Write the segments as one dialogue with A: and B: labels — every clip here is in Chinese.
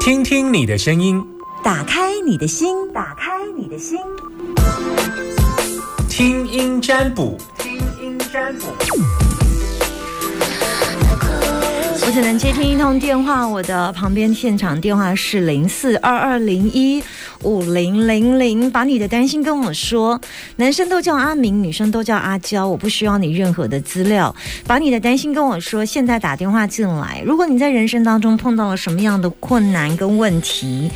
A: 听听你的声音，
B: 打开你的心，打开你的心，
A: 听音占卜，听音占卜。
B: 我只能接听一通电话，我的旁边现场电话是零四二二零一五零零零，把你的担心跟我说。男生都叫阿明，女生都叫阿娇，我不需要你任何的资料，把你的担心跟我说。现在打电话进来，如果你在人生当中碰到了什么样的困难跟问题。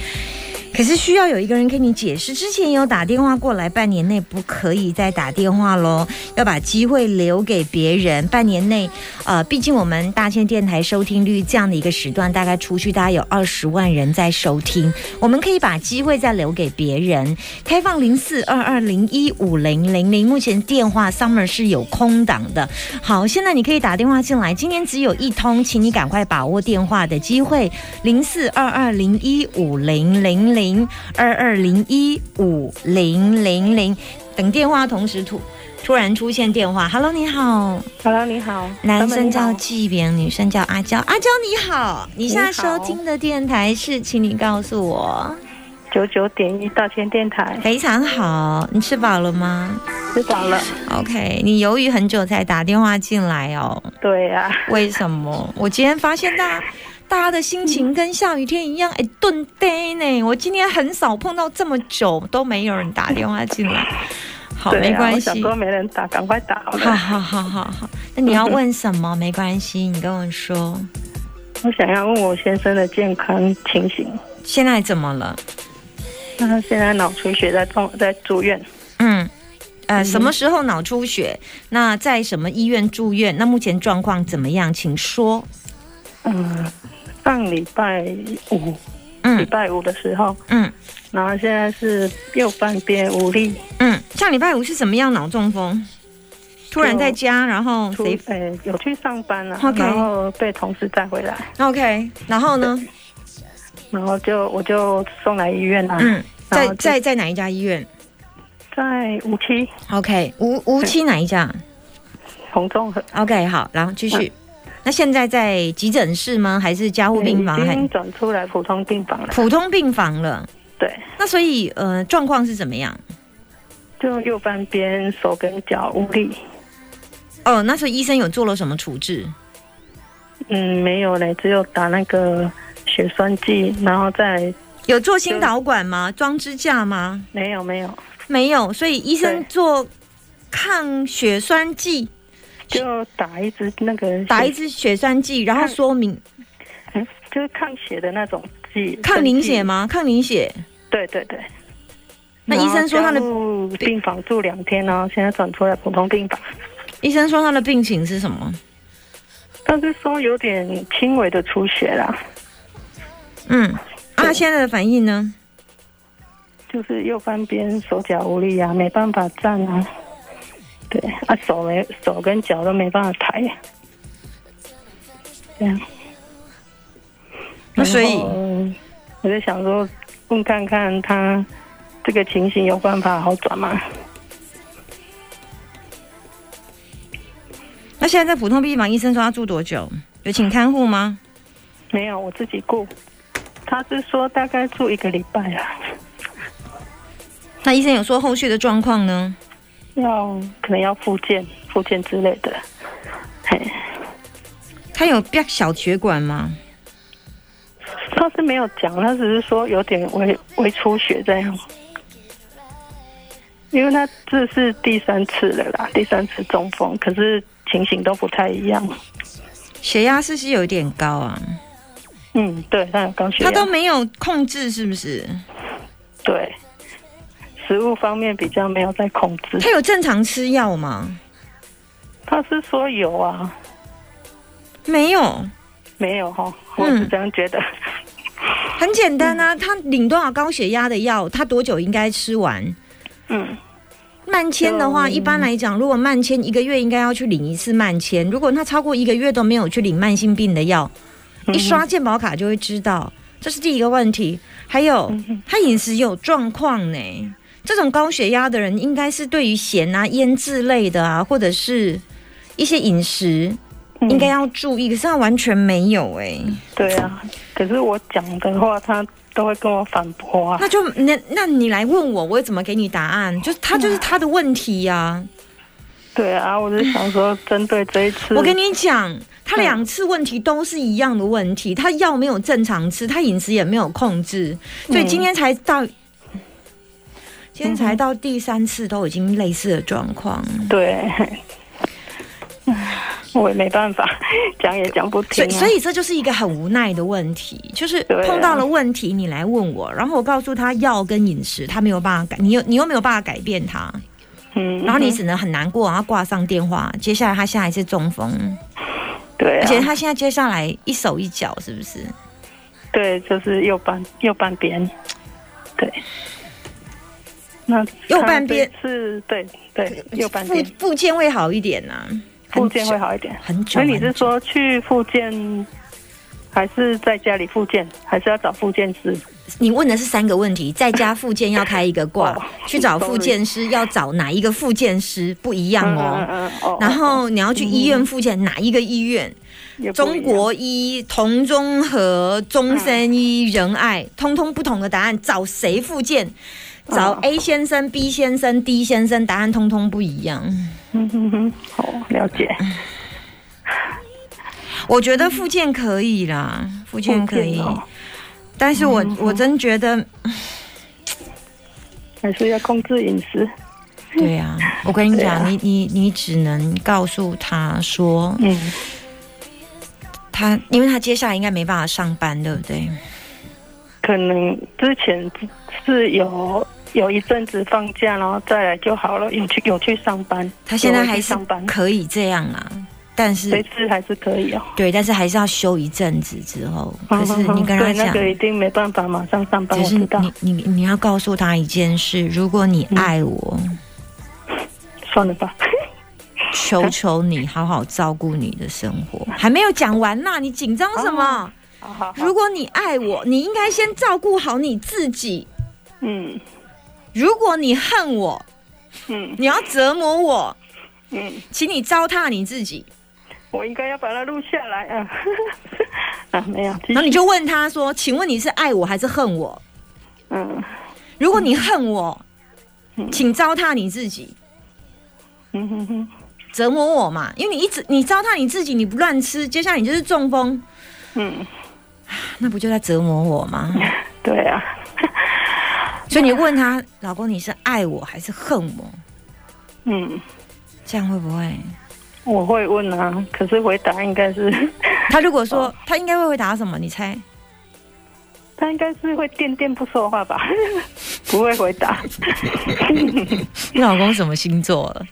B: 可是需要有一个人给你解释。之前有打电话过来，半年内不可以再打电话喽，要把机会留给别人。半年内，呃，毕竟我们大千电台收听率这样的一个时段，大概出去大概有二十万人在收听，我们可以把机会再留给别人。开放零四二二零一五零零零，目前电话 Summer 是有空档的。好，现在你可以打电话进来，今天只有一通，请你赶快把握电话的机会，零四二二零一五零零零二二零一五零零零。等电话同时突突然出现电话，Hello，你好，
C: Hello，你好，
B: 男生
C: 哥
B: 叫
C: 们你好
B: 纪炳，女生叫阿娇，阿娇你好，你现在收听的电台是，请你告诉我，
C: 九九点一大千电台，
B: 非常好，你吃饱了吗
C: 知道了。
B: ？OK，你犹豫很久才打电话进来哦。
C: 对啊呀、
B: 为什么？我今天发现大家大家的心情跟下雨天一样，哎，顿呆呢。我今天很少碰到这么久都没有人打电话进来，好，
C: 对呀、啊
B: 没关
C: 我
B: 系
C: 想。说没人打，赶快打好
B: 好
C: 了。
B: 好好好好，那你要问什么？没关系，你跟我说，
C: 我想要问我先生的健康情形，
B: 现在怎么了？
C: 那他现在脑出血在痛，在住院，
B: 嗯，呃，什么时候脑出血？那在什么医院住院？那目前状况怎么样？请说。
C: 嗯。上礼拜五，礼
B: 嗯
C: 拜五的时候，
B: 嗯
C: 然后现在是右半边无力，
B: 嗯，上礼拜五是什么样脑中风？突然在家，然后
C: 出
B: 谁
C: 呃有去上班了、
B: OK
C: 然后被同事带回来，
B: OK，然后呢？
C: 然后就我就送来医院了、啊
B: 嗯，
C: 然
B: 在
C: 后就
B: 在在哪一家医院
C: 在无期
B: ？OK，无无期哪一家
C: 红综合
B: ？OK，好，然后继续。
C: 嗯
B: 那现在在急诊室吗？还是加护病房？
C: 已
B: 还
C: 经转出来普通病房了，
B: 普通病房了？
C: 对。
B: 那所以呃，状况是怎么样？
C: 就右半边手跟脚无力，
B: 哦，那时候医生有做了什么处置？
C: 嗯，没有嘞，只有打那个血栓剂，然后再
B: 有做心导管吗？装支架吗？
C: 没有没有，
B: 没有，所以医生
C: 对
B: 做抗血栓剂，
C: 就打一支那个
B: 打一
C: 血，
B: 支血栓剂，然后
C: 抗
B: 说明
C: 嗯就是抗血的那种剂，
B: 抗凝血
C: 针剂？
B: 吗？抗凝血。
C: 对对对。
B: 那医生说他的
C: 然后加入病房住两天然后现在转出来普通病房，
B: 医生说他的病情是什么？
C: 但是说有点轻微的出血啦，
B: 嗯，
C: 对
B: 啊，现在的反应呢？
C: 就是右半边手脚无力啊，没办法站啊，对啊，手没手跟脚都没办法抬，这样。
B: 那所以
C: 然后我就想说，问看看他这个情形有办法好转吗？
B: 那现在在普通病房，医生说要住多久？有请看护吗？
C: 没有，我自己顾。他是说大概住一个礼拜啊，
B: 那医生有说后续的状况呢？
C: 要可能要复健、复健之类的。嘿，
B: 他有憋小血管吗？
C: 他是没有讲，他只是说有点微微出血这样。因为他这是第三次了啦，第三次中风，可是情形都不太一样。
B: 血压是不是有点高啊？
C: 嗯，对，他有高血
B: 他
C: 压，
B: 都没有控制，是不是？
C: 对，食物方面比较没有在控制。
B: 他有正常吃药吗？
C: 他是说有啊，
B: 没有，
C: 没有哈，我是
B: 嗯
C: 这样觉得。
B: 很简单啊。他领多少高血压的药，他多久应该吃完？
C: 嗯，
B: 慢签的话，
C: 嗯
B: 一般来讲，如果慢签一个月应该要去领一次慢签。如果他超过一个月都没有去领慢性病的药，一刷健保卡就会知道，这是第一个问题。还有他饮食有状况呢，这种高血压的人应该是对于咸啊、腌制类的啊，或者是一些饮食应该要注意，可是他完全没有哎、
C: 对啊，可是我讲的话，他都会跟我反驳啊。
B: 那就那那你来问我，我会怎么给你答案？就是他就是他的问题呀、
C: 对啊，我就想说，针对这一次，
B: 我跟你讲，他两次问题都是一样的问题，他药没有正常吃，他饮食也没有控制，
C: 嗯
B: 所以今天才到，今天才到第三次都已经类似的状况，
C: 对，我也没办法，讲也讲不听、
B: 所以
C: 啊
B: 所以这就是一个很无奈的问题，就是
C: 对啊
B: 碰到了问题你来问我，然后我告诉他药跟饮食他没有办法改，你又你又没有办法改变他，
C: 嗯，
B: 然后你只能很难过，然后挂上电话，接下来他下一次中风，
C: 对、啊，
B: 而且他现在接下来一手一脚是不是？
C: 对，就是右半右半边，对。那
B: 右半边
C: 是对对，右半
B: 附
C: 边
B: 附件会好一点呐、啊很
C: 附件会
B: 久
C: 好一点。
B: 很久。
C: 所以你是
B: 很久
C: 说去附件，还是在家里附件，还是要找附件师？
B: 你问的是三个问 题，在家复健要开一个挂，
C: 哦
B: 去找
C: sorry
B: 复健师要找哪一个复健师不一样哦。
C: 嗯哦
B: 然后你要去医院复健，哪一个医院？
C: 也不一样
B: 中
C: 嗯
B: 国医、同中和、中山医、仁爱，通通不同的答案，找谁复健？找
C: 哦
B: A 先生、B 先生、D 先生，答案通通不一样。
C: 嗯哼哼，哦，了解，
B: 我觉得复健可以啦，复健可以
C: 附件，哦嗯
B: 但是我我真觉得
C: 还是要控制饮食。
B: 对呀、我跟你
C: 对
B: 讲，
C: 啊
B: 你你你只能告诉他说，
C: 嗯，
B: 他因为他接下来应该没办法上班，对不对？
C: 可能之前是有有一阵子放假，然后再来就好了，有去有去上班。
B: 他现在
C: 有回去
B: 还是
C: 上班，
B: 可以这样啊，但
C: 这
B: 是
C: 次还是可以哦。
B: 对，但是还是要休一阵子之后。可是 你跟他
C: 嗯对那
B: 讲，
C: 个一定没办法马上上班，
B: 只
C: 我
B: 是
C: 知道，嗯
B: 你你你要告诉他一件事：如果你爱我，
C: 算 了吧。
B: 求求你好好照顾你的生活。
C: 嗯
B: 还没有讲完呐，你紧张什么？
C: 好好好，
B: 如果你爱我，你应该先照顾好你自己。
C: 嗯
B: 如果你恨我，
C: 嗯
B: 你要折磨我，
C: 嗯，
B: 请你糟蹋你自己。
C: 我应该要把它录下来啊。 啊，没有，继
B: 然后
C: 续
B: 你就问他说：“请问你是爱我还是恨我？
C: 嗯
B: 如果你恨我，
C: 嗯
B: 请糟蹋你自己，
C: 嗯哼哼，
B: 折磨我嘛。因为你一直你糟蹋你自己，你不乱吃，接下来你就是中风，
C: 嗯，
B: 那不就在折磨我吗？
C: 对啊，
B: 所以你问他，老公，你是爱我还是恨我？
C: 嗯，
B: 这样会不会？
C: 我会问啊，可是回答应该是，
B: 他如果说他应该会回答什么？你猜？
C: 他应该是会垫垫不说话吧，不会回答。
B: 你老公什么星座了？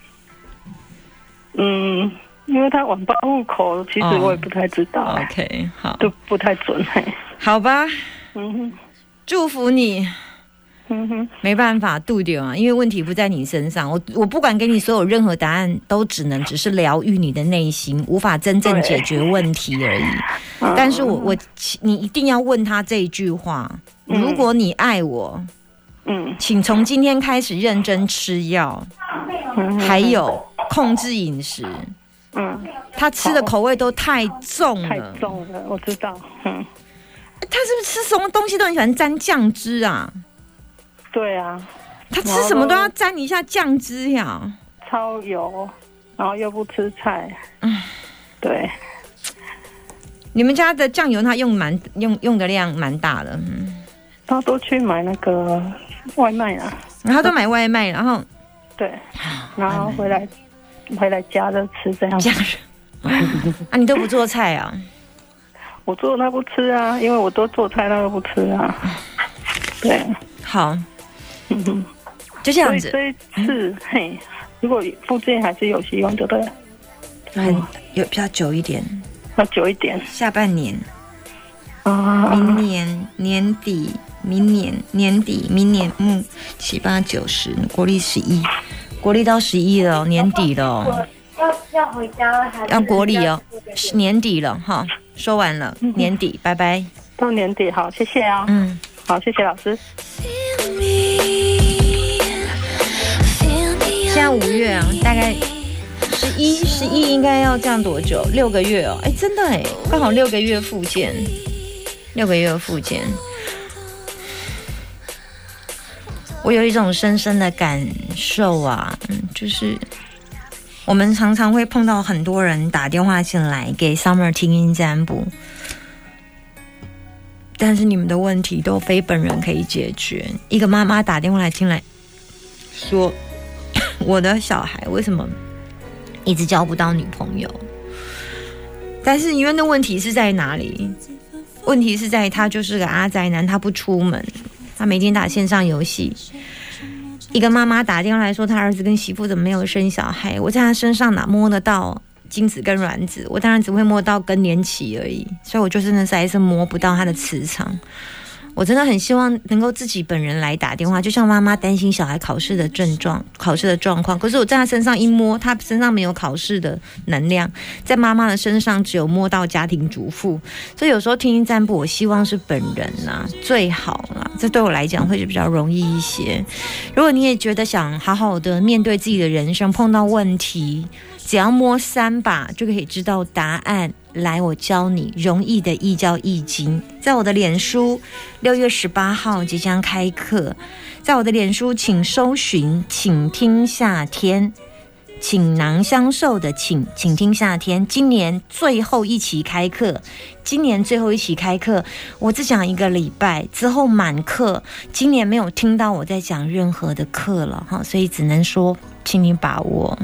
C: 嗯，因为他网吧户口，其实
B: 哦
C: 我也不太知道、
B: ？OK，好，
C: 都不太准、嘿。
B: 好吧，
C: 嗯哼，
B: 祝福你。
C: 嗯哼，
B: 没办法，杜丢啊，因为问题不在你身上。我我不管给你所有任何答案，都只能只是疗愈你的内心，无法真正解决问题而已。
C: 嗯
B: 但是我我你一定要问他这一句话：
C: 嗯
B: 如果你爱我，
C: 嗯
B: 请从今天开始认真吃药，
C: 嗯
B: 还有控制饮食。
C: 嗯。
B: 他吃的口味都太重
C: 太
B: 了，
C: 重了，我知道。嗯，
B: 他是不是吃什么东西都很喜欢沾酱汁啊？
C: 对啊，
B: 他吃什么都
C: 哦
B: 要沾一下酱汁呀、
C: 超油，然后又不吃菜。对，
B: 你们家的酱油它用蛮用用的量蛮大的，嗯，
C: 他都去买那个外卖啊。
B: 然后都买外卖，然后
C: 对，然后回来回来家就吃这样。
B: 家人 啊，你都不做菜啊？
C: 我做的他不吃啊，因为我都做菜，他都不吃啊。对，
B: 好，
C: 嗯哼
B: 就这
C: 所
B: 样
C: 以
B: 子，
C: 这一次，嘿，如果附近还是有希望，就对了。
B: 很有比较久一点，
C: 要久一点
B: 下半年、
C: 啊，
B: 明年年底、明年年底、明年嗯七八九十，国历十一，国历到十一了哦，年底了 哦，
D: 要要回家了，还是
B: 要国历哦，是年底了哈，说完了，
C: 嗯
B: 年底，拜拜，
C: 到年底好，谢谢啊，
B: 嗯。
C: 好，谢谢老师。
E: 现
B: 在
E: 在
B: 五
E: 五
B: 月
E: 月啊，
B: 啊
E: 大
B: 大概
E: 概
B: 十一十一应该要这样多久？六个月哦，哎，真的哎，刚好六个月复健，六个月复健。我有一种深深的感受啊，嗯，就是我们常常会碰到很多人打电话进来给 Summer 听音占卜，但是你们的问题都非本人可以解决。一个妈妈打电话来进来说， 我的小孩为什么一直交不到女朋友？但是因为那问题是在哪里？问题是在他就是个阿宅男，他不出门，他每天打线上游戏。一个妈妈打电话来说，她儿子跟媳妇怎么没有生小孩？我在他身上哪摸得到精子跟卵子？我当然只会摸到更年期而已，所以我就真的实在是摸不到他的磁场。我真的很希望能够自己本人来打电话，就像妈妈担心小孩考试的症状、考试的状况。可是我在他身上一摸，他身上没有考试的能量，在妈妈的身上只有摸到家庭主妇。所以有时候听音占卜，我希望是本人啊，最好啦、这对我来讲会是比较容易一些。如果你也觉得想好好的面对自己的人生，碰到问题，只要摸三把就可以知道答案。来，我教你容易的易教易经。在我的脸书，六月十八号即将开课，在我的脸书，请搜寻，请听夏天。请囊相授的请，请听夏天，今年最后一期开课，今年最后一期开课，我只讲一个礼拜之后满课，今年没有听到我在讲任何的课了哈，所以只能说，请你把握。